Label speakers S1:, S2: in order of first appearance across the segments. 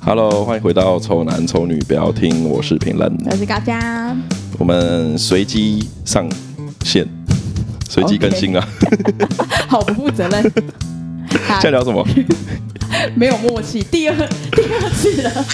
S1: Hello，欢迎回到《丑男丑女》，不要听，我是评论。
S2: 我是高嘉，
S1: 我们随机上线，随机更新啊。
S2: 好不负 责任。好
S1: 现在聊什么？
S2: 没有默契，第二第二次了。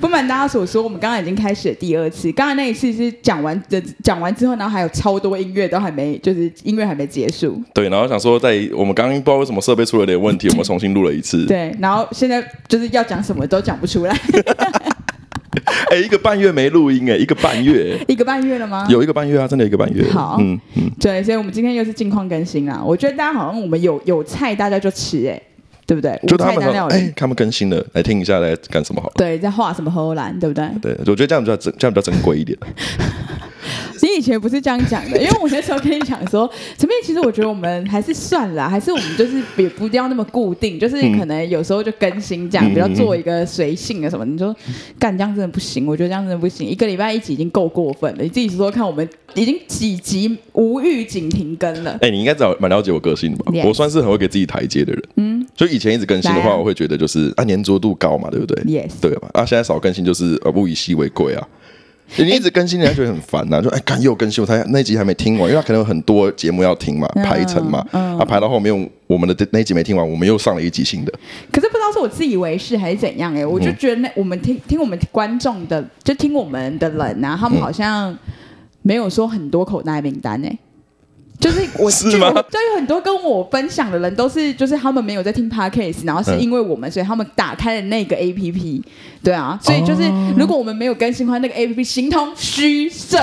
S2: 不瞒大家所说，我们刚刚已经开始了第二次。刚才那一次是讲完的，讲完之后，然后还有超多音乐都还没，就是音乐还没结束。
S1: 对，然后想说在，我们刚刚不知道为什么设备出了点问题，我们重新录了一次。
S2: 对，然后现在就是要讲什么都讲不出来，
S1: 哎、一个半月没录音、哎，一个半月，
S2: 一个半月了吗？
S1: 有一个半月啊，真的有一个半月。
S2: 好
S1: 嗯嗯，
S2: 对，所以我们今天又是近况更新啦。我觉得大家好像我们有有菜大家就吃、哎，对不对？
S1: 就
S2: 无
S1: 他
S2: 菜
S1: 们
S2: 单
S1: 说，
S2: 料
S1: 哎、
S2: 理，
S1: 他们更新了，来听一下在干什么好了。
S2: 对，在画什么荷兰，对不对？
S1: 对，我觉得这样比较珍，这样比较珍贵 一点。
S2: 你以前不是这样讲的，因为我那时候跟你讲说，陈面其实我觉得我们还是算了，还是我们就是也不一定要那么固定，就是可能有时候就更新这样，
S1: 嗯
S2: 比较做一个随性的什么。你说干这样真的不行，我觉得这样真的不行，一个礼拜一集已经够过分了。你自己说说看，我们已经几集无预警停更了。
S1: 哎、你应该早蛮了解我个性的吧
S2: Yes
S1: 我算是很会给自己台阶的人。嗯，所以以前一直更新的
S2: 来
S1: 话，
S2: 啊
S1: 我会觉得就是啊粘着度高嘛，对不对
S2: Yes
S1: 对吧？啊，现在少更新就是呃物以稀为贵啊。你一直更新，人家觉得很烦呐、就哎，干又更新，我才那一集还没听完，因为他可能有很多节目要听嘛，
S2: 嗯
S1: 排程嘛，
S2: 嗯
S1: 啊，排到后面我们的那一集没听完，我们又上了一集新的，
S2: 可是不知道是我自以为是还是怎样哎、
S1: 嗯
S2: 我就觉得那我们听听我们观众的，就听我们的人啊，他们好像没有说很多口袋名单哎、就是 我
S1: 是
S2: 就
S1: 吗
S2: 我就有很多跟我分享的人都是，就是他们没有在听 podcast，然后是
S1: 嗯
S2: 因为我们，所以他们打开了那个 app，对啊，所以就是、
S1: 哦
S2: 如果我们没有更新的话，那个 app 形同虚设。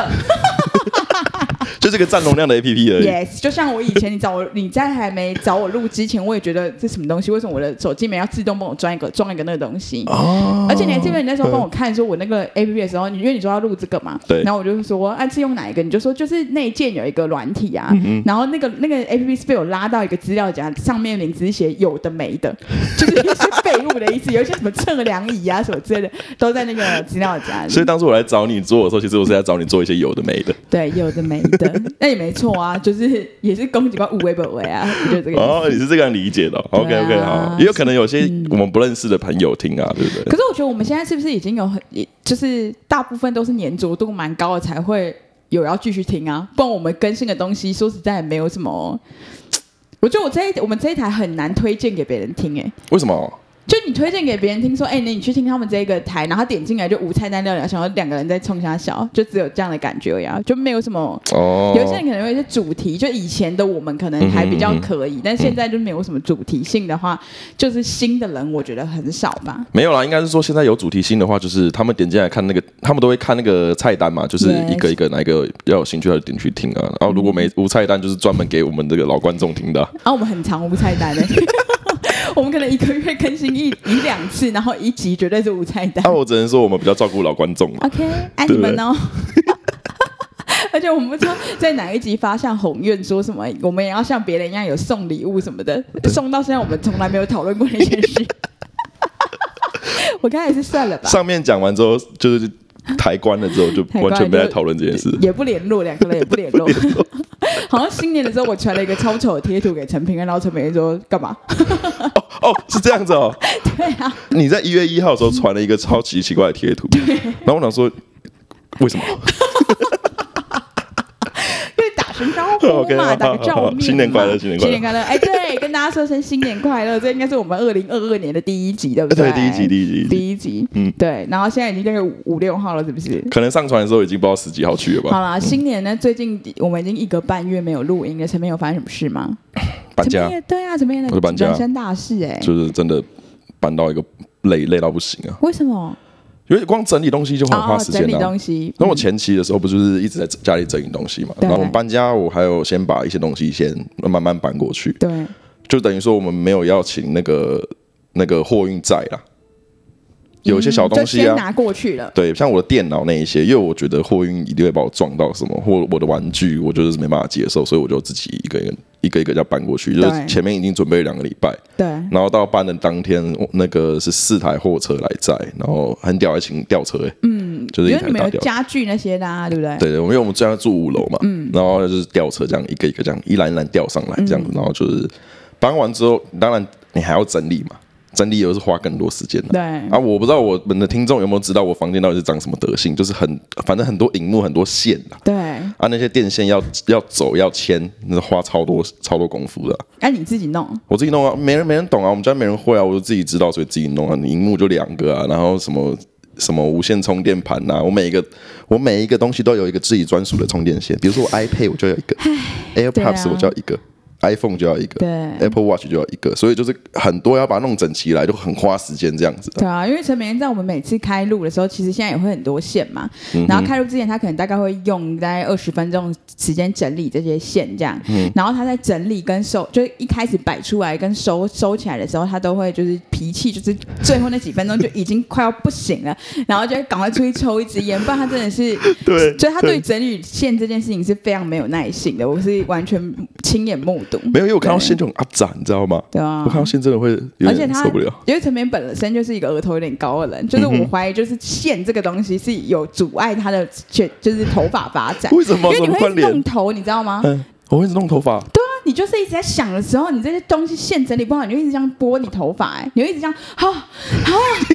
S1: 就这个占容量的 A P P 而已。
S2: Yes，就像我以前你找我， 你在还没找我录之前，我也觉得这什么东西，为什么我的手机里面要自动帮我装一个装一个那个东西？
S1: 哦
S2: 而且你还记得你那时候帮我看说我那个 A P P 的时候，你因为你说要录这个嘛，
S1: 对
S2: 然后我就说啊是用哪一个？你就说就是内建有一个软体啊，
S1: 嗯
S2: 然后那个那个 A P P 是被我拉到一个资料夹，上面名字是写有的没的，就是一些废物的意思，有一些什么测量仪啊什么之类的，都在那个资料夹里。
S1: 所以当初我来找你做的时候，其实我是在找你做一些有的没的。
S2: 对，有的没的，那也没错啊，就是也是攻击关无为本为啊，我觉得这个意思。
S1: 哦，你是这个样理解的、o k
S2: 对啊嗯
S1: OK，好，也有可能有些我们不认识的朋友听啊，对不对？
S2: 可是我觉得我们现在是不是已经有很，也就是大部分都是粘着度蛮高的才会有要继续听啊，不然我们更新的东西说实在也没有什么。我觉得我这一我们这一台很难推荐给别人听、欸，
S1: 为什么？
S2: 就你推荐给别人听说，哎、你你去听他们这个台，然后他点进来就无菜单料理，想要两个人在冲下笑，就只有这样的感觉而已、啊，就没有什么。
S1: 哦，
S2: 有一些人可能有一些主题，就以前的我们可能还比
S1: 嗯
S2: 较可以，但现在就没有什么主题性的话，就是新的人我觉得很少吧。
S1: 没有啦，应该是说现在有主题性的话，就是他们点进来看那个，他们都会看那个菜单嘛，就是
S2: Yes
S1: 一个一个哪一个要有兴趣，他就点去听啊。然后如果没无菜单，就是专门给我们这个老观众听 的啊、
S2: 啊，我们很常无菜单 的、我们可能一个月更新一一两次，然后一集绝对是无菜单
S1: 那、。啊我只能说我们比较照顾老观众 了。
S2: OK，爱你们哦。 而且我们不知道在哪一集发下宏愿，说什么我们也要像别人一样有送礼物什么的，送到现在我们从来没有讨论过那件事。我刚才也是算了吧，
S1: 上面讲完之后，就是台关了之后，就
S2: 台关
S1: 完全没
S2: 就
S1: 在讨论这件事。
S2: 也不联络，两个 人也不联络。好像新年的时候，我传了一个超丑的贴图给陈平安，然后陈平安说干嘛？
S1: 哦，是这样子哦。对啊。你在一月一号的时候传了一个超级奇怪的贴图，然后我想说，为什么
S2: 因为打声招呼
S1: OK，
S2: 嘛，
S1: 好
S2: 打个
S1: 好
S2: 照
S1: 好
S2: 面嘛。
S1: 新年快乐新年快乐
S2: 新年快乐！哎，对， 跟大家说声新年快乐，这应该是我们二零二二年的第一集，对不
S1: 对第一集第一集
S2: 第一集，
S1: 嗯
S2: 嗯，对。然后现在已经大概五五六号了，是不是？
S1: 可能上传的时候已经不知道十几号去了吧？
S2: 好啦，新年呢，最近我们已经一个半月没有录音了，前面有发生什么事吗？
S1: 搬
S2: 陈
S1: 家
S2: 明也对啊，怎么样
S1: 我就搬家
S2: 人生大事哎，
S1: 就是真的搬到一个累累到不行啊。
S2: 为什么？
S1: 因为光整理东西就很花
S2: 哦，
S1: 时间
S2: 整理
S1: 啊。
S2: 东西，
S1: 那我前期的时候不就是一直在家里整理东西嘛？然
S2: 对
S1: 后我们搬家，我还有先把一些东西先慢慢搬过去，
S2: 对，
S1: 就等于说我们没有要请那个那个货运载啦，有一些小
S2: 嗯就
S1: 东西
S2: 先
S1: 啊。
S2: 拿过去了。
S1: 对，像我的电脑那一些，因为我觉得货运一定会把我撞到什么，或我的玩具，我就是没办法接受，所以我就自己一个人一个一个要搬过去。就是
S2: 对
S1: 前面已经准备了两个礼拜，
S2: 对，
S1: 然后到搬的当天，我那个是四台货车来载，然后很屌，还请吊车、欸，嗯，就是一
S2: 因为
S1: 台
S2: 你们
S1: 大
S2: 有
S1: 吊。
S2: 家具那些的啊，对不对？
S1: 对对，因为我们这样住五楼嘛，
S2: 嗯
S1: 然后
S2: 嗯
S1: 就是吊车这样一个一个这样一篮一篮吊上来这样，然后就是搬完之后，当然你还要整理嘛，整理又是花更多时间的。
S2: 对
S1: 啊，我不知道我们的听众有没有知道我房间到底是长什么德性，就是很反正很多荧幕很多线啦，
S2: 对，
S1: 啊那些电线要要走要牵，那花超多超多功夫的啊、
S2: 哎、你自己弄，
S1: 我自己弄啊，没人没人懂啊，我们家没人会啊，我就自己知道，所以自己弄啊。你荧幕就两个啊，然后什么什么无线充电盘呐、啊我每一个我每一个东西都有一个自己专属的充电线，比如说我 iPad 我就有一个
S2: 对啊
S1: ，AirPods 我就要一个、i p h o n e 就要一个
S2: 对
S1: ，Apple Watch 就要一个，所以就是很多要把它弄整齐来，就很花时间这样子。
S2: 对啊，因为陈美燕在我们每次开录的时候，其实现在也会很多线嘛。
S1: 嗯
S2: 然后开录之前，她可能大概会用大概二十分钟时间整理这些线，这样。
S1: 嗯
S2: 然后她在整理跟收，就是一开始摆出来跟收收起来的时候，她都会就是脾气，就是最后那几分钟就已经快要不行了， 然后就会赶快出去抽一支烟，不然她真的是，
S1: 对
S2: 就她对整理线这件事情是非常没有耐性的，我是完全亲眼目睹。
S1: 没有，因为我看到线就很阿展，你知道吗？
S2: 对啊
S1: 我看到线真的会有
S2: 而且
S1: 点
S2: 他
S1: 受不了。嗯
S2: 因为陈明本身就是一个额头有点高的人，就是我怀疑就是线这个东西是有阻碍他的卷，就是头发发展。
S1: 为什么
S2: 因为
S1: 怎
S2: 你
S1: 么
S2: 会一
S1: 关
S2: 直
S1: 联
S2: 弄头，你知道吗？
S1: 嗯，我会一直弄头发，
S2: 对啊，你就是一直在想的时候，你这些东西线整理不好，你就一直这样拨你头发、哎，你就一直这样，好、好、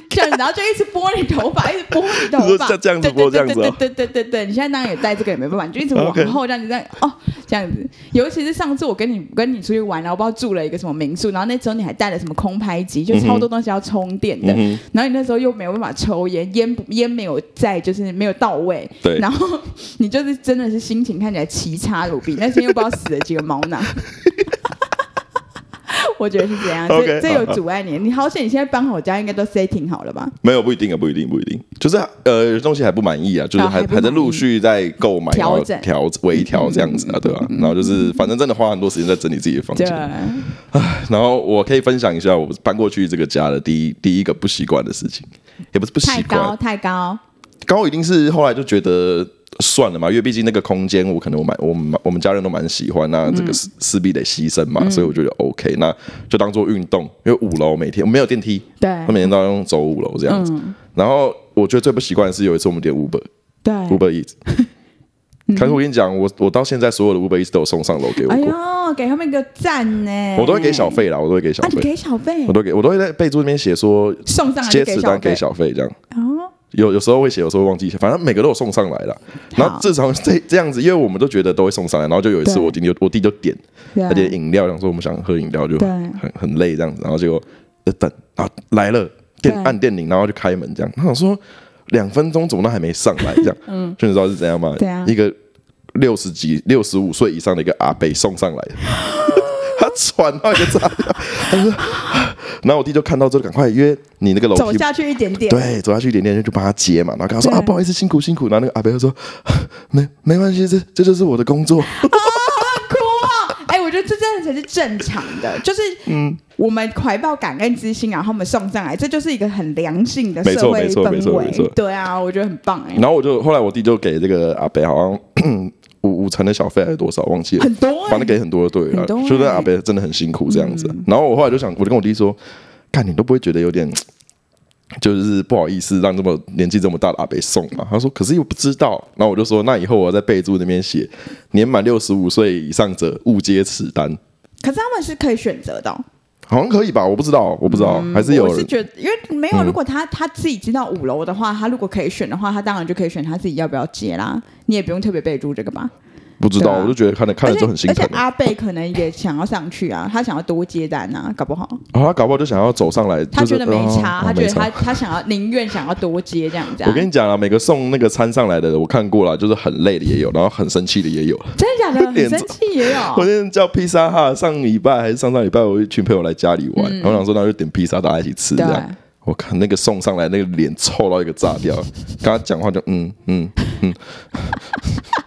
S2: 这样，然后就一直拨你头发，一直拨你头
S1: 你说
S2: 发，
S1: 像这样子
S2: 对
S1: 拨这样子
S2: 对
S1: 哦
S2: 对对对对对，你现在当然也戴这个也没办法，你就一直
S1: OK
S2: 往后这样，你这样哦，这样子。尤其是上次我跟你跟你出去玩，然后不知道住了一个什么民宿，然后那时候你还带了什么空拍机，就超多东西要充电的，
S1: 嗯嗯哼
S2: 然后你那时候又没有办法抽烟，烟不烟没有在，就是没有到位，
S1: 对
S2: 然后你就是真的是心情看起来奇差无比，那天又不知道死了几个猫囊。 我觉得是这样，
S1: OK，
S2: 这这有
S1: 好好
S2: 阻碍你。你好险，你现在搬好家应该都 setting 好了吧？
S1: 没有不一定啊，不一定，不一定，就是呃，有东西还不满意啊，就是
S2: 啊
S1: 还、
S2: 还不
S1: 还在
S2: 满意
S1: 陆续在购买，
S2: 调
S1: 然后
S2: 整嗯
S1: 调微调这样子啊，对吧、然后就是反正真的花很多时间在整理自己的房
S2: 对啊
S1: 间，，然后我可以分享一下我搬过去这个家的第一第一个不习惯的事情，也不是不习
S2: 太高
S1: 惯，
S2: 太高，
S1: 高一定是后来就觉得。算了嘛，因为毕竟那个空间，我可能我蛮我们我们家人都蛮喜欢，那这个
S2: 嗯
S1: 势势必得牺牲嘛，所以我觉得 OK，那就当做运动，因为五楼每天我没有电梯，
S2: 对
S1: 我每天都要用走五楼这样子。
S2: 嗯
S1: 然后我觉得最不习惯的是有一次我们点 Uber
S2: 对，
S1: Uber Eats，可是我跟你讲，我我到现在所有的 Uber Eats 都有送上楼给我
S2: 嗯哎
S1: 过，
S2: 呦，给他们一个赞呢！
S1: 我都会给小，费啦，我都会给小
S2: 啊，你
S1: 费，
S2: 给小费
S1: 我，都给我都会在备注那边写说
S2: 送上来
S1: 接
S2: 就给
S1: 此单
S2: 小
S1: 给
S2: 费。
S1: 小费这样。
S2: 哦，
S1: 有有时候会写，有时候会忘记写，反正每个都有送上来了。然后至少这这样子，因为我们都觉得都会送上来。然后就有一次
S2: 对
S1: 我弟就我弟就点，
S2: 对啊
S1: 他点饮料，想说我们想喝饮料就
S2: 对
S1: 很很累这样子，然后结果就等啊来了，电
S2: 对
S1: 按电铃，然后就开门这样。他想说两分钟怎么都还没上来 这样，嗯，就你知道是怎样吗？
S2: 怎样
S1: 一个六十几、六十五岁以上的一个阿伯送上来 的，他喘到一个炸掉，他说， 然后我弟就看到之后赶快约你那个楼
S2: 走
S1: 梯
S2: 下去一点点，
S1: 对，走下去一点点就帮他接嘛，然后跟他说
S2: 对
S1: 啊，不好意思，辛苦辛苦。然后那个阿伯就说， 没没关系，这这就是我的工作。
S2: 哭啊！ 哎、我觉得这真的才是正常的，就是嗯，我们怀抱感恩之心，然后我们送上来，这就是一个很良性的
S1: 没
S2: 社
S1: 错
S2: 会
S1: 没错没
S2: 氛
S1: 错没
S2: 围
S1: 错。
S2: 对啊，我觉得很棒哎、
S1: 然后我就后来我弟就给这个阿伯好像五五成的小费还是多少，忘记了，
S2: 很多、欸，
S1: 反正给很多对了
S2: 很，多欸嗯
S1: 就那阿伯真的很辛苦这样子。然后我后来就想，我就跟我弟说，看你都不会觉得有点。就是不好意思让这么年纪这么大的阿伯送嘛，他说可是又不知道，然后我就说那以后我要在备注那边写，年满六十五岁以上者勿接此单，
S2: 可是他们是可以选择的哦、
S1: 好像可以吧？我不知道，我不知道，还是有嗯
S2: 嗯我是
S1: 人
S2: 觉得，因为没有，如果他他自己知道五楼的话，他如果可以选的话，他当然就可以选他自己要不要接啦。你也不用特别备注这个吧。
S1: 不知
S2: 对
S1: 道，
S2: 啊
S1: 我就觉得看了看
S2: 而
S1: 了
S2: 且
S1: 就很心
S2: 而且
S1: 疼。
S2: 阿贝可能也想要上去啊，他想要多接单啊，搞不好
S1: 然后他搞不好就想要走上来，
S2: 他
S1: 就是
S2: 觉得没差，
S1: 哦
S2: 他
S1: 哦
S2: 觉
S1: 没
S2: 得
S1: 差
S2: 他他想要宁愿想要多接这样子、啊。
S1: 我跟你讲啊，每个送那个餐上来的，我看过了，就是很累的也有，然后很生气的也有。
S2: 真的假 的？
S1: 脸
S2: 很
S1: 肿
S2: 生气也
S1: 我
S2: 有。
S1: 那天叫披萨哈，上礼拜还是上上礼拜，我一群朋友来家里玩，然后想说那就点披萨，大家一起吃这样
S2: 对。
S1: 我看那个送上来那个脸臭到一个炸掉，跟他讲话就嗯嗯嗯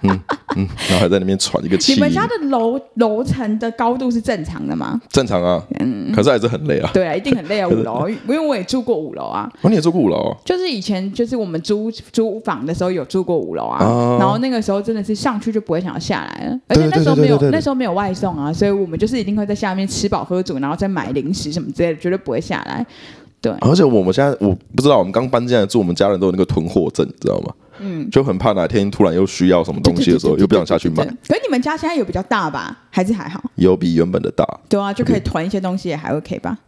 S1: 嗯嗯，然后还在那边喘一个气
S2: 你们
S1: 音，
S2: 家的楼楼层的高度是正常的吗？
S1: 正常啊，可是还是很累啊。
S2: 对啊，一定很累啊，五 楼，因为我也住过五楼啊。
S1: 哦，你也住过五楼哦？
S2: 就是以前就是我们租租房的时候有住过五楼啊，
S1: 哦
S2: 然后那个时候真的是上去就不会想要下来了，而
S1: 对
S2: 且那时候没有
S1: 对对对对对
S2: 那时候没有外送啊，所以我们就是一定会在下面吃饱喝足，然后再买零食什么之类的，绝对不会下来。对，
S1: 而且我们现在我不知道，我们刚搬进来住，我们家人都有那个囤货症，知道吗？嗯，就很怕哪天突然又需要什么东西的时候，
S2: 对
S1: 又不想下去买，。
S2: 可是你们家现在有比较大吧？还是还好？
S1: 有比原本的大。
S2: 对啊，就可以囤一些东西，也还 OK 吧？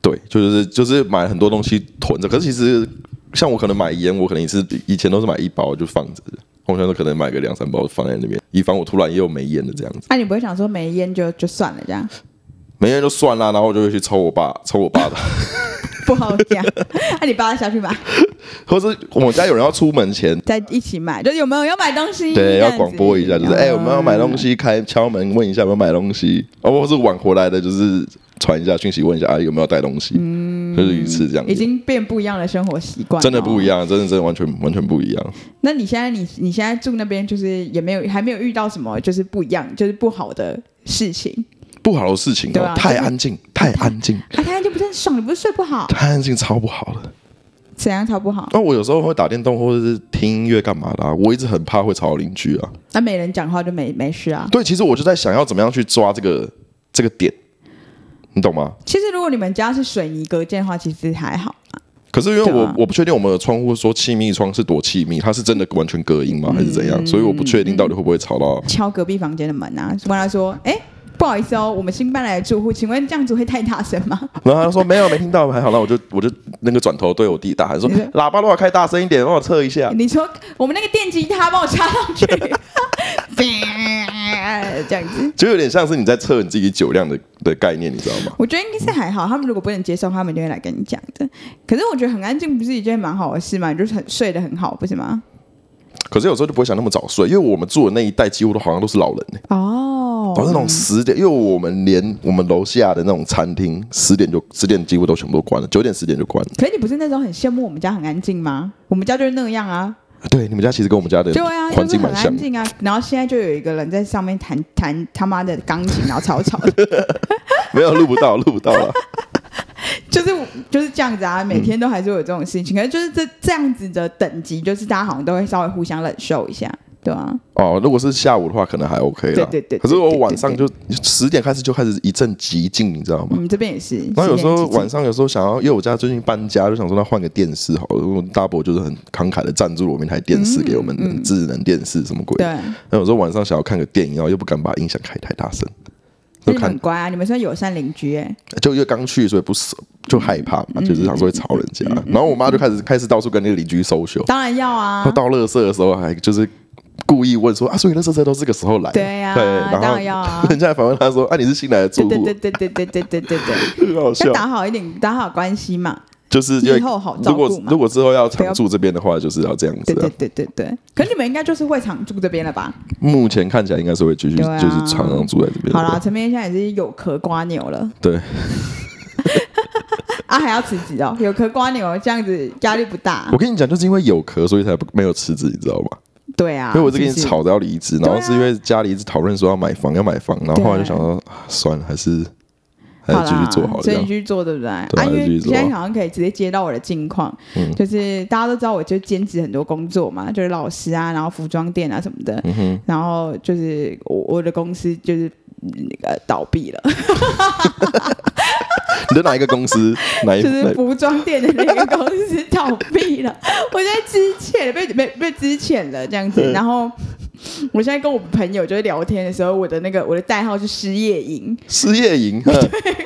S1: 对，就是就是买很多东西囤着，可是其实像我可能买烟，我可能也是以前都是买一包就放着，我现在都可能买个两三包放在那边，以防我突然又没烟了这样子。
S2: 那、啊你不会想说没烟就就算了这样？
S1: 没烟就算啦，然后我就会去抽我爸抽我爸的，
S2: 不好讲。那、你爸下去买，
S1: 或是我们家有人要出门前，
S2: 再一起买，就是有没有要买东西？
S1: 对，
S2: 这
S1: 要
S2: 样子哦嗯
S1: 广播一下，就是哎、我们要买东。西，开敲门问一下有没有买东西，哦，或是晚回来的，就是传一下讯息问一下啊有没有带东西，就是一次这样
S2: 嗯已
S1: 子。
S2: 经变不一样的生活习惯，
S1: 真的不一
S2: 样。
S1: 样，真的真的完全完全不一样。
S2: 那你现在你你现在住那边，就是也没有还没有遇到什么就是不一样，就是不好的事情。
S1: 不好的事情
S2: 对
S1: 哦
S2: 啊，
S1: 太
S2: 就是
S1: 安静， 太安静，
S2: 啊，他就不是很爽，你不是睡不好，
S1: 太安静，超不好的。
S2: 怎样超不好？
S1: 那我有时候会打电动或者是听音乐干嘛的、啊，我一直很怕会吵到邻居啊。
S2: 那、没人讲话就没没事啊。
S1: 对，其实我就在想要怎么样去抓这个这个点，你懂吗？
S2: 其实如果你们家是水泥隔间的话，其实还好。
S1: 可是因为
S2: 对
S1: 我、
S2: 啊
S1: 我不确定我们的窗户说气密窗是多气密，它是真的完全隔音吗，还是怎
S2: 嗯
S1: 样？所以我不确定到底会不会吵到。
S2: 敲隔壁房间的门啊，问他说：“哎、不好意思哦，我们新搬来的住户，请问这样子会太大声吗
S1: 然后他说没有没听到，还好，那我就我就那个转头对我弟大喊说
S2: 你说
S1: 喇叭的话开大声一点，帮我测一下？”。
S2: 你说我们那个电吉他帮我插上去，这样子。
S1: 就有点像是你在测你自己酒量的的概念，你知道吗？
S2: 我觉得应该是还好，他们如果不能接受，他们就会来跟你讲的。可是我觉得很安静不是一件蛮好的事嘛，你就是很睡得很好，不是吗？
S1: 可是有时候就不会想那么早睡，因为我们住的那一带几乎都好像都是老人、欸，
S2: 哦
S1: 都是那种十点，因为我们连我们楼下的那种餐厅十点就十点几乎都全部都关了，九点十点就关了。
S2: 可是你不是那种很羡慕我们家很安静吗？我们家就是那样啊，
S1: 对，你们家其实跟我们家的
S2: 对啊，
S1: 环
S2: 就是
S1: 境
S2: 很
S1: 蛮像
S2: 安
S1: 的。
S2: 静啊。然后现在就有一个人在上面弹弹他妈的钢琴，然后吵吵的，
S1: 没有录不到，录不到啊了。
S2: 就是就是这样子啊。每天都还是会有这种事情，可是就是这这样子的等级，就是大家好像都会稍微互相忍受一下，对啊。
S1: 哦，如果是下午的话，可能还 OK 啦。
S2: 对对对对
S1: 可是我晚上就十点开始就开始一阵极静，你知道
S2: 我
S1: 吗？
S2: 们这边也是。
S1: 然后有时候
S2: 十点几
S1: 晚上有时候想要，因为我家最近搬家，就想说那换个电视好了。我大伯就是很慷慨的赞助了我们一台电视给我们，智能电视什么鬼的。
S2: 对，
S1: 那有时候晚上想要看个电影，然后又不敢把音响开太大声，就
S2: 你们
S1: 看
S2: 很乖啊，你们算友善邻居哎、
S1: 就因为刚去，所以不熟，就害怕嘛，就是想说会吵人家。
S2: 嗯
S1: 然后我妈就开始开始到处跟那个邻居 social，
S2: 当然要
S1: 她
S2: 啊，
S1: 倒垃圾的时候还就是故意问说啊，所以垃圾车都是这个时候来的，
S2: 对呀、
S1: 对，
S2: 啊，当然要
S1: 然
S2: 啊
S1: 后。 人家还反问她说啊，你啊是新来的
S2: 对
S1: 住户，
S2: 对对对对对对 对对，
S1: 很好笑
S2: 要，打好一点，打好关系嘛。
S1: 就是因为
S2: 以后好照
S1: 如
S2: 顾嘛
S1: 果如果之后要
S2: 不
S1: 常
S2: 要
S1: 住这边的话，就是要这样
S2: 对
S1: 子、
S2: 对
S1: 啊。
S2: 对对对，可是你们应该就是会常住这边了吧？
S1: 目前看起来应该是会继续，
S2: 对啊
S1: 就是常常住在这边。
S2: 好啦，，陈明现在也是有壳瓜牛了
S1: 对，
S2: 啊，还要辞职哦，有壳瓜牛这样子压力不大
S1: 我。跟你讲，就是因为有壳，所以才不没有辞职，你知道吗？
S2: 对啊，
S1: 因为我是跟你
S2: 是不是，
S1: 吵着要离职，
S2: 对
S1: 然
S2: 啊
S1: 后是因为家里一直讨论说要买房，要买房，然后后来就想说啊算了，还是还
S2: 好
S1: 是
S2: 啦
S1: 继续做好
S2: 所
S1: 这
S2: 以你
S1: 样
S2: 继。续做对不对？啊，
S1: 对啊
S2: 因为
S1: 继续
S2: 你
S1: 做
S2: 现在好像可以直接接到我的近况，
S1: 嗯
S2: 就是大家都知道，我就兼职很多工作嘛，就是老师啊，然后服装店啊什么的，
S1: 嗯哼，
S2: 然后就是我我的公司就是嗯那个倒闭了，
S1: 你的哪一个公司？哪一
S2: 就是
S1: 哪
S2: 服装店的那个公司倒闭了， 我现在支遣了，被被被支遣了这样子。
S1: 嗯
S2: 然后我现在跟我朋友就是聊天的时候，我的那个我的代号是失业营
S1: 失业 营哼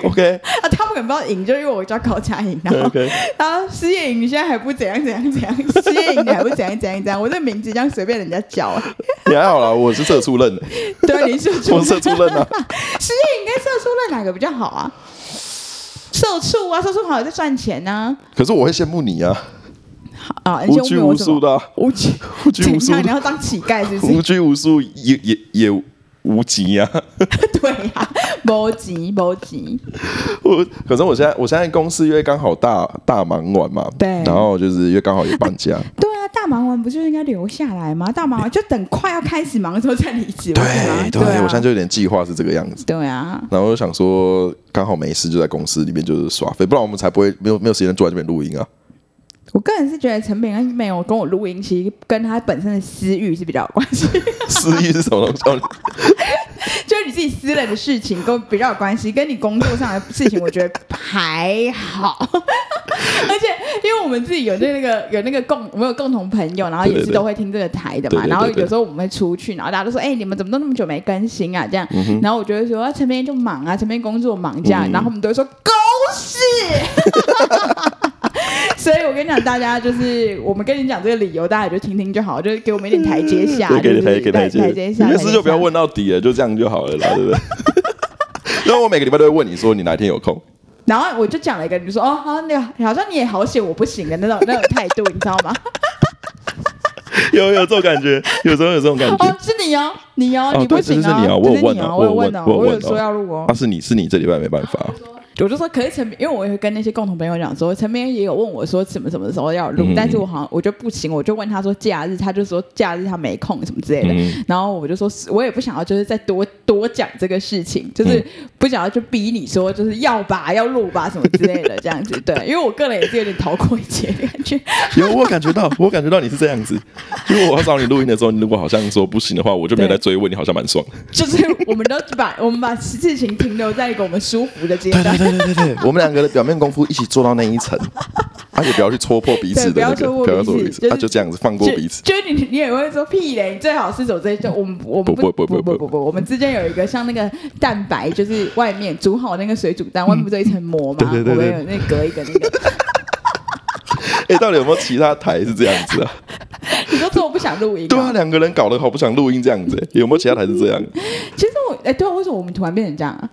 S1: ？OK
S2: 啊，他们可能不知道营，就因为我叫高佳营，然后
S1: OK，
S2: 他说失业营你现在还不怎样怎样怎样，失业营你还不怎样怎样怎样，我这名字这样随便人家叫、啊，
S1: 你还好啦，我是社畜任，
S2: 对，你是
S1: 我是社畜任 啊。
S2: 失业营跟社畜论哪个比较好啊？社畜啊，社畜好像在赚钱呢、
S1: 可是我会羡慕你啊，
S2: 啊。啊，你
S1: 无
S2: 先
S1: 拘
S2: 问我
S1: 无
S2: 什
S1: 束
S2: 么？
S1: 的啊，
S2: 无拘
S1: 无拘无束
S2: 怎样你
S1: 的，
S2: 要当乞丐是不是？
S1: 无拘无束也也也无极啊。
S2: 对呀、啊，谋急谋急，
S1: 我可是我现在我现在公司因为刚好大大忙完嘛，
S2: 对
S1: 然后就是因为刚好也搬家，
S2: 对啊，大忙完不就应该留下来吗？大忙完就等快要开始忙的时候再离职，不是吗
S1: 对对，
S2: 啊
S1: 我现在就有点计划是这个样子。
S2: 对啊，
S1: 然后我就想说，刚好没事就在公司里面就是耍废，不然我们才不会没有没有时间坐在这边录音啊。
S2: 我个人是觉得陈炳恩没有跟我录音，其实跟他本身的私欲是比较有关系，
S1: 失忆是什么东西？哦
S2: 就是你自己私人的事情跟比较有关系，跟你工作上的事情，我觉得还好。 而且，因为我们自己有那个有那个共，我们有共同朋友，然后也
S1: 对
S2: 是
S1: 对对
S2: 都会听这个台的
S1: 对
S2: 嘛。
S1: 对对
S2: 然后
S1: 对
S2: 有时候我们会出去，然后大家都说：“哎、你们怎么都那么久没更新啊？”这样，然后我就会说：“啊，陈明就忙啊，陈明工作忙这样。
S1: 嗯
S2: 然后我们都会说：“狗屎！” 所以我跟你讲，大家就是我们跟你讲这个理由，大家也就听听就好，就是给我们一点台阶下，
S1: 对，给
S2: 对
S1: 你
S2: 不
S1: 台
S2: 对
S1: 给
S2: 台
S1: 台阶，
S2: 阶
S1: 你
S2: 下。
S1: 的事就不要
S2: 台阶下
S1: 问到底了，就这样就好了啦，对不对？ 然后我每个礼拜都会问你说你哪一天有空，
S2: 然后我就讲了一个，你就说哦，好，那个好像你也好险，我不行的那种那种态度，你知道吗？
S1: 有有这种感觉，有时候有这种感觉
S2: 哦，。是你哦，你哦，
S1: 哦
S2: 你不行
S1: 对这是你哦
S2: 这
S1: 我有
S2: 是
S1: 问
S2: 你
S1: 哦
S2: 哦，
S1: 我有
S2: 有
S1: 问
S2: 问哦，
S1: 我有
S2: 我
S1: 问
S2: 有
S1: 哦
S2: 说要录哦
S1: 啊，。是你是你这礼拜没办法，
S2: 我就说，可是陈明，因为我会跟那些共同朋友讲说，陈明也有问我说什么什么时候要录，
S1: 嗯
S2: 但是我好像我就不行，我就问他说假日，他就说假日他没空什么之类的，
S1: 嗯，
S2: 然后我就说，是我也不想要，就是再多多讲这个事情，就是不想要就逼你说，就是要吧，要录吧什么之类的，这样子。对，因为我个人也是有点逃过一劫的感觉。
S1: 有我感觉到，我感觉到你是这样子。如果我要找你录音的时候，你如果好像说不行的话，我就没有
S2: 对
S1: 再追问你，好像蛮爽。
S2: 就是我们都把 我们把事情停留在一个我们舒服的阶
S1: 对
S2: 段
S1: 对，对对 对对，我们两个的表面功夫一起做到那一 层，而且不要去戳破彼此的
S2: 对不
S1: 那
S2: 要
S1: 个，
S2: 戳
S1: 不要戳
S2: 破
S1: 破
S2: 彼
S1: 彼
S2: 此
S1: 此，那
S2: 就是
S1: 就这样子放过
S2: 就
S1: 彼此。
S2: 就是你，你也会说屁嘞，你最好是走这一段。我们我们
S1: 不
S2: 不
S1: 不不
S2: 不
S1: 不
S2: 不不不，我们之间有一个像那个蛋白，就是外面煮好那个水煮蛋，外面不是有一层膜吗？
S1: 嗯对对对
S2: 我
S1: 对
S2: 们有那隔一个那 个。
S1: 哎，到底有没有其他台是这样子 啊？
S2: 你都说我不想录音、
S1: 对啊，两个人搞得好不想录音这样子、欸有没有其他台是这样？
S2: 其实我哎、对啊，为什么我们突然变成这样啊？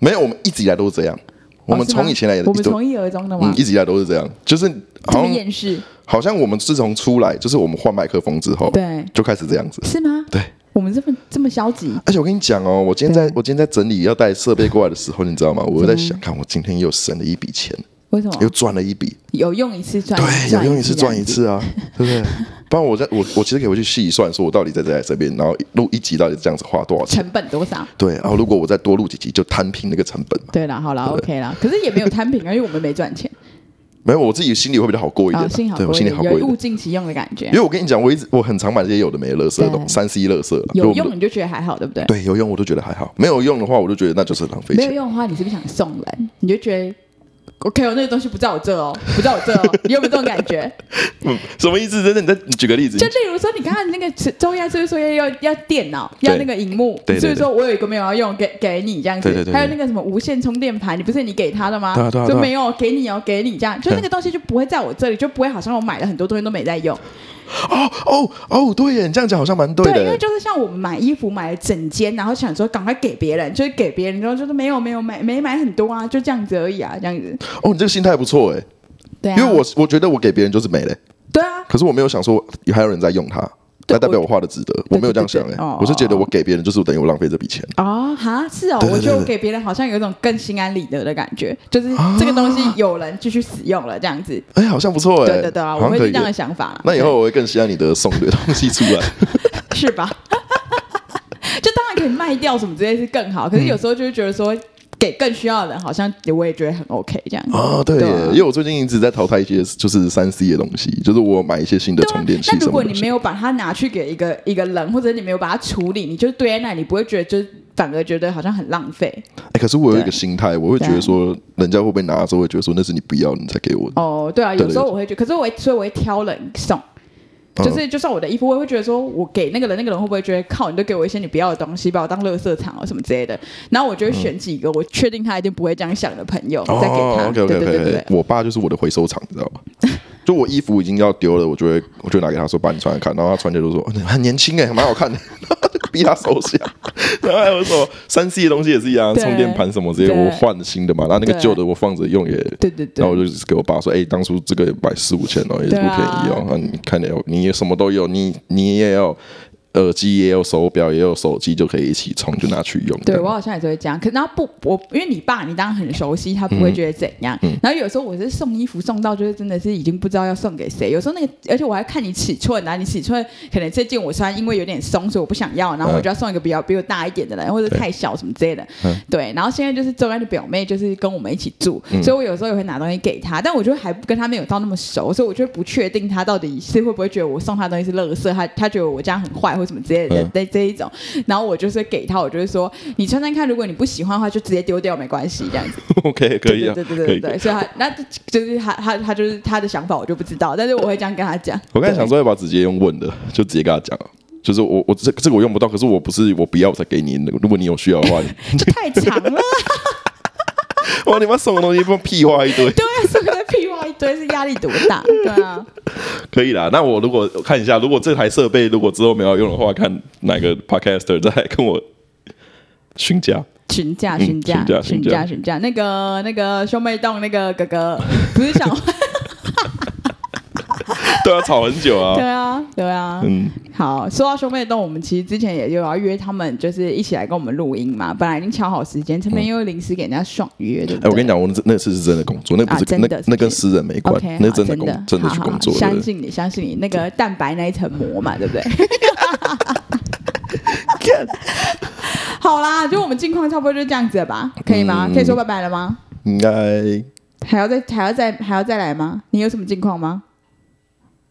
S1: 没有，我们一直以来都是这样。我们
S2: 哦是吗
S1: 从以前来也
S2: 我们
S1: 都
S2: 从一而终的吗
S1: 嗯，？一直以来都是这样，就是
S2: 这
S1: 好
S2: 么
S1: 像
S2: 厌世，
S1: 好像我们自从出来，就是我们换麦克风之后，
S2: 对，
S1: 就开始这样子。
S2: 是吗？
S1: 对，
S2: 我们这么这么消极，
S1: 而且我跟你讲哦，我今天在
S2: 对嗯
S1: 我今天在整理要带设备过来的时候，你知道吗？我又在想，看我今天又省了一笔钱，
S2: 为什么
S1: 又赚了一笔，
S2: 有用一次赚
S1: 对，有用一次赚一，
S2: 这样子
S1: 次啊，对不对？不然我在我我其实可以回去细算，说我到底在这台这边，然后录一集到底这样子花多少钱？
S2: 成本多少？
S1: 对，然后如果我再多录几集，就摊平那个成本嘛。
S2: 对了，好了，OK 了，可是也没有摊平啊，因为我们没赚钱，
S1: 没有，我自己心里会比较好过一点啊，
S2: 啊，幸好
S1: 对我
S2: 过一
S1: 心里
S2: 点
S1: 好过一
S2: 有
S1: 点
S2: 物。尽其用的感觉
S1: 因，为我跟你讲，我一直我很常买这些有的没的垃圾的东
S2: 对
S1: 三 C 垃圾啦，就我
S2: 有
S1: 们
S2: 用你就觉得还好，对不对？
S1: 对有用我都觉得还好，没有用的话我就觉得那就是浪费
S2: 没有
S1: 钱。
S2: 用的话，你是不是想送人？你就觉得。OK，哦，那个东西不在我 这哦，不在我这哦，你有没有这种感觉？
S1: 嗯什么意思？真的，你再你举个例子
S2: 就，例如说，你刚刚那个周亚是不是说要要要电脑，要那个荧幕，
S1: 对对对
S2: 所以说我有一个没有要用，给给你这样子。
S1: 对对对对
S2: 还有那个什么无线充电盘，你不是你给他的吗？
S1: 对啊对啊
S2: 就
S1: 对啊
S2: 没有给你哦，给你这样，就那个东西就不会在我这里，就不会好像我买了很多东西都没在用。
S1: 哦哦哦，对耶，你这样讲好像蛮对
S2: 因为
S1: 的。
S2: 就是像我们买衣服买了整间，然后想说赶快给别人，就是给别人，然后就是没有没有买没买很多啊，就这样子而已啊，这样子。
S1: 哦，你这个心态不错哎，
S2: 对啊，
S1: 因为我我觉得我给别人就是没嘞，
S2: 对啊，
S1: 可是我没有想说还有人在用它，
S2: 对
S1: 那代表我花的值得。
S2: 对
S1: 我没有这样想
S2: 对对
S1: 哎
S2: 对哦，
S1: 我是觉得我给别人就是等于我浪费这笔钱。
S2: 哦，哈，是哦，
S1: 对对
S2: 我觉得
S1: 对
S2: 我
S1: 对
S2: 给别人好像有一种更心安理得的感觉，就是这个东西有人继续使用了，这样子。
S1: 哎，好像不错哎，
S2: 对对对啊，
S1: 好
S2: 我
S1: 像
S2: 会
S1: 可
S2: 是
S1: 以
S2: 这样的
S1: 耶。
S2: 想法啦。
S1: 那以
S2: 对
S1: 后我会更希望你的送的东西出 来。
S2: 是吧？就当然可以卖掉什么之类是更好，可是有时候就会觉得说。给更需要的人，好像我也觉得很 OK 这样。
S1: 哦，对
S2: 对
S1: 耶
S2: 啊，
S1: 因为我最近一直在淘汰一些就是三 C 的东西，就是我买一些新的
S2: 对
S1: 充
S2: 啊
S1: 电，器
S2: 那
S1: 什么
S2: 如果
S1: 东
S2: 你
S1: 西
S2: 没。有把它拿去给一个一个人，或者你没有把它处理，你就堆在那里，你不会觉得就反而觉得好像很浪费。
S1: 哎，可是我有一个
S2: 对啊
S1: 心态，我会觉得说，人家会不会拿的时候会觉得说那是你不要你才给我的，
S2: 哦，对啊，
S1: 嗯对
S2: 有时候我会觉得，可是我会，所以我会挑人送。
S1: 嗯
S2: 就是就算我的衣服，我也会觉得说，我给那个人，那个人会不会觉得靠，你都给我一些你不要的东西，把我当垃圾场哦什么之类的。然后我就会选几个我确定他一定不会这样想的朋友，
S1: 哦
S2: 再给他。
S1: OK
S2: 对
S1: OK
S2: 对对对
S1: OK，
S2: 对。
S1: 我爸就是我的回收厂，你知道吧？ 就我衣服已经要丢了，我就会我就拿给他说，把你穿来看，然后他穿起来就说哦很年轻哎，蛮好看的， 逼他收下。 然后还有什么三 C 的东西也是一样，
S2: 对
S1: 充电盘什么这些，
S2: 对
S1: 我换新的嘛，然后那个
S2: 对
S1: 旧的我放着用也
S2: 对对对
S1: 然后我就给我爸说：“哎、当初这个买四五千哦，也是不
S2: 对
S1: 便
S2: 啊
S1: 宜哦。啊、你看你有，你也什么都有，你你也有耳机，也有手表，也有手机，就可以一起充，就拿去用。这
S2: 对
S1: 样
S2: 我好像也是会这样，可然后不，我因为你爸，你当然很熟悉，他不
S1: 嗯
S2: 会觉得怎样。然后有时候我是送衣服送到，就是真的是已经不知道要送给谁。有时候那个，而且我还看你尺寸啊，你尺寸可能这件我穿因为有点松，所以我不想要，然后我就要送一个比较比我大一点的人，或者
S1: 对
S2: 太小什么之类的。
S1: 嗯
S2: 对，然后现在就是周安的表妹，就是跟我们一起住，所以我有时候也会拿东西给她，但我觉得还跟她没有到那么熟，所以我就不确定她到底是会不会觉得我送她东西是垃圾，她她觉得我这样很坏或什么之类的
S1: 嗯
S2: 这、这一种。然后我就是给她，我就会说你穿穿看，如果你不喜欢的话，就直接丢掉没关系这样子。
S1: OK 可以啊，
S2: 对对对
S1: 可
S2: 对
S1: 以。
S2: 对，所以她那就是她她她就是她的想法，我就不知道，但是我会这样跟她讲。
S1: 我刚才
S2: 对
S1: 想说要不要直接用问的， 就直接跟他讲啊就是我我这这个我用不到，可是 我不是我不要我才给你，如果你有需要的话，你
S2: 这太长了，
S1: 哇，你妈送的东西不屁话一堆，
S2: 对啊，是不是屁话一堆？是压力多大？对啊，
S1: 可以啦。那我如果看一下，如果这台设备如果之后没有用的话，看哪个 podcaster 再跟我询 价。
S2: 询价，
S1: 嗯
S2: 询价
S1: 询价，
S2: 询
S1: 询
S2: 价，
S1: 价
S2: 询价。那个那个兄妹洞那个哥哥，不是 小花？
S1: 对啊，吵很久
S2: 对
S1: 啊。
S2: 啊，对啊。
S1: 嗯，
S2: 好，说到兄妹洞，我们其实之前也就要约他们，就是一起来跟我们录音嘛。本来已经敲好时间，这边又临时给人家爽约，对不
S1: 嗯哎，
S2: 对？
S1: 我跟你讲，我那那次是真的工作，那不
S2: 啊
S1: 是
S2: 真
S1: 那
S2: 的是不是
S1: 那跟私人没关
S2: OK，，
S1: 那
S2: 好
S1: 真的
S2: 真
S1: 工真的去
S2: 好好
S1: 工作
S2: 相
S1: 的。
S2: 信你，相信你那个蛋白那一层膜 嘛，对不对？好啦，就我们近况差不多就这样子了吧，可以吗？
S1: 嗯
S2: 可以说拜拜了吗？
S1: 应该
S2: 还要再还要再还要再来吗？你有什么近况吗？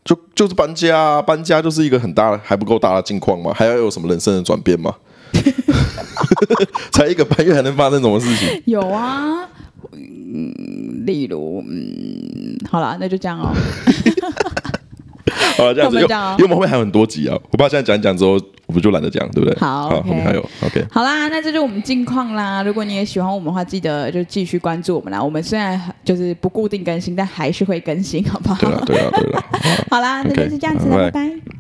S1: 就就是搬家啊，搬家就是一个很大的还不够大的境况嘛，还要有什么人生的转变吗？ 才一个半月还能发生什么事情？
S2: 有啊，嗯，例如，嗯，好啦，那就这 样哦。
S1: 好了，这样子，
S2: 那我
S1: 因
S2: 们
S1: 为
S2: 这样哦
S1: 因为我们后面还有很多集啊，我怕现在讲一讲之后，我们就懒得讲，对不对？
S2: 好
S1: 好，
S2: OK
S1: 后面还有 OK，
S2: 好啦，那这就是我们近况啦。如果你也喜欢我们的话，记得就继续关注我们啦。我们虽然就是不固定更新，但还是会更新，好不好？
S1: 对了，对了，对了。啊
S2: 好啦，那就是这样子了，
S1: OK，
S2: 拜拜。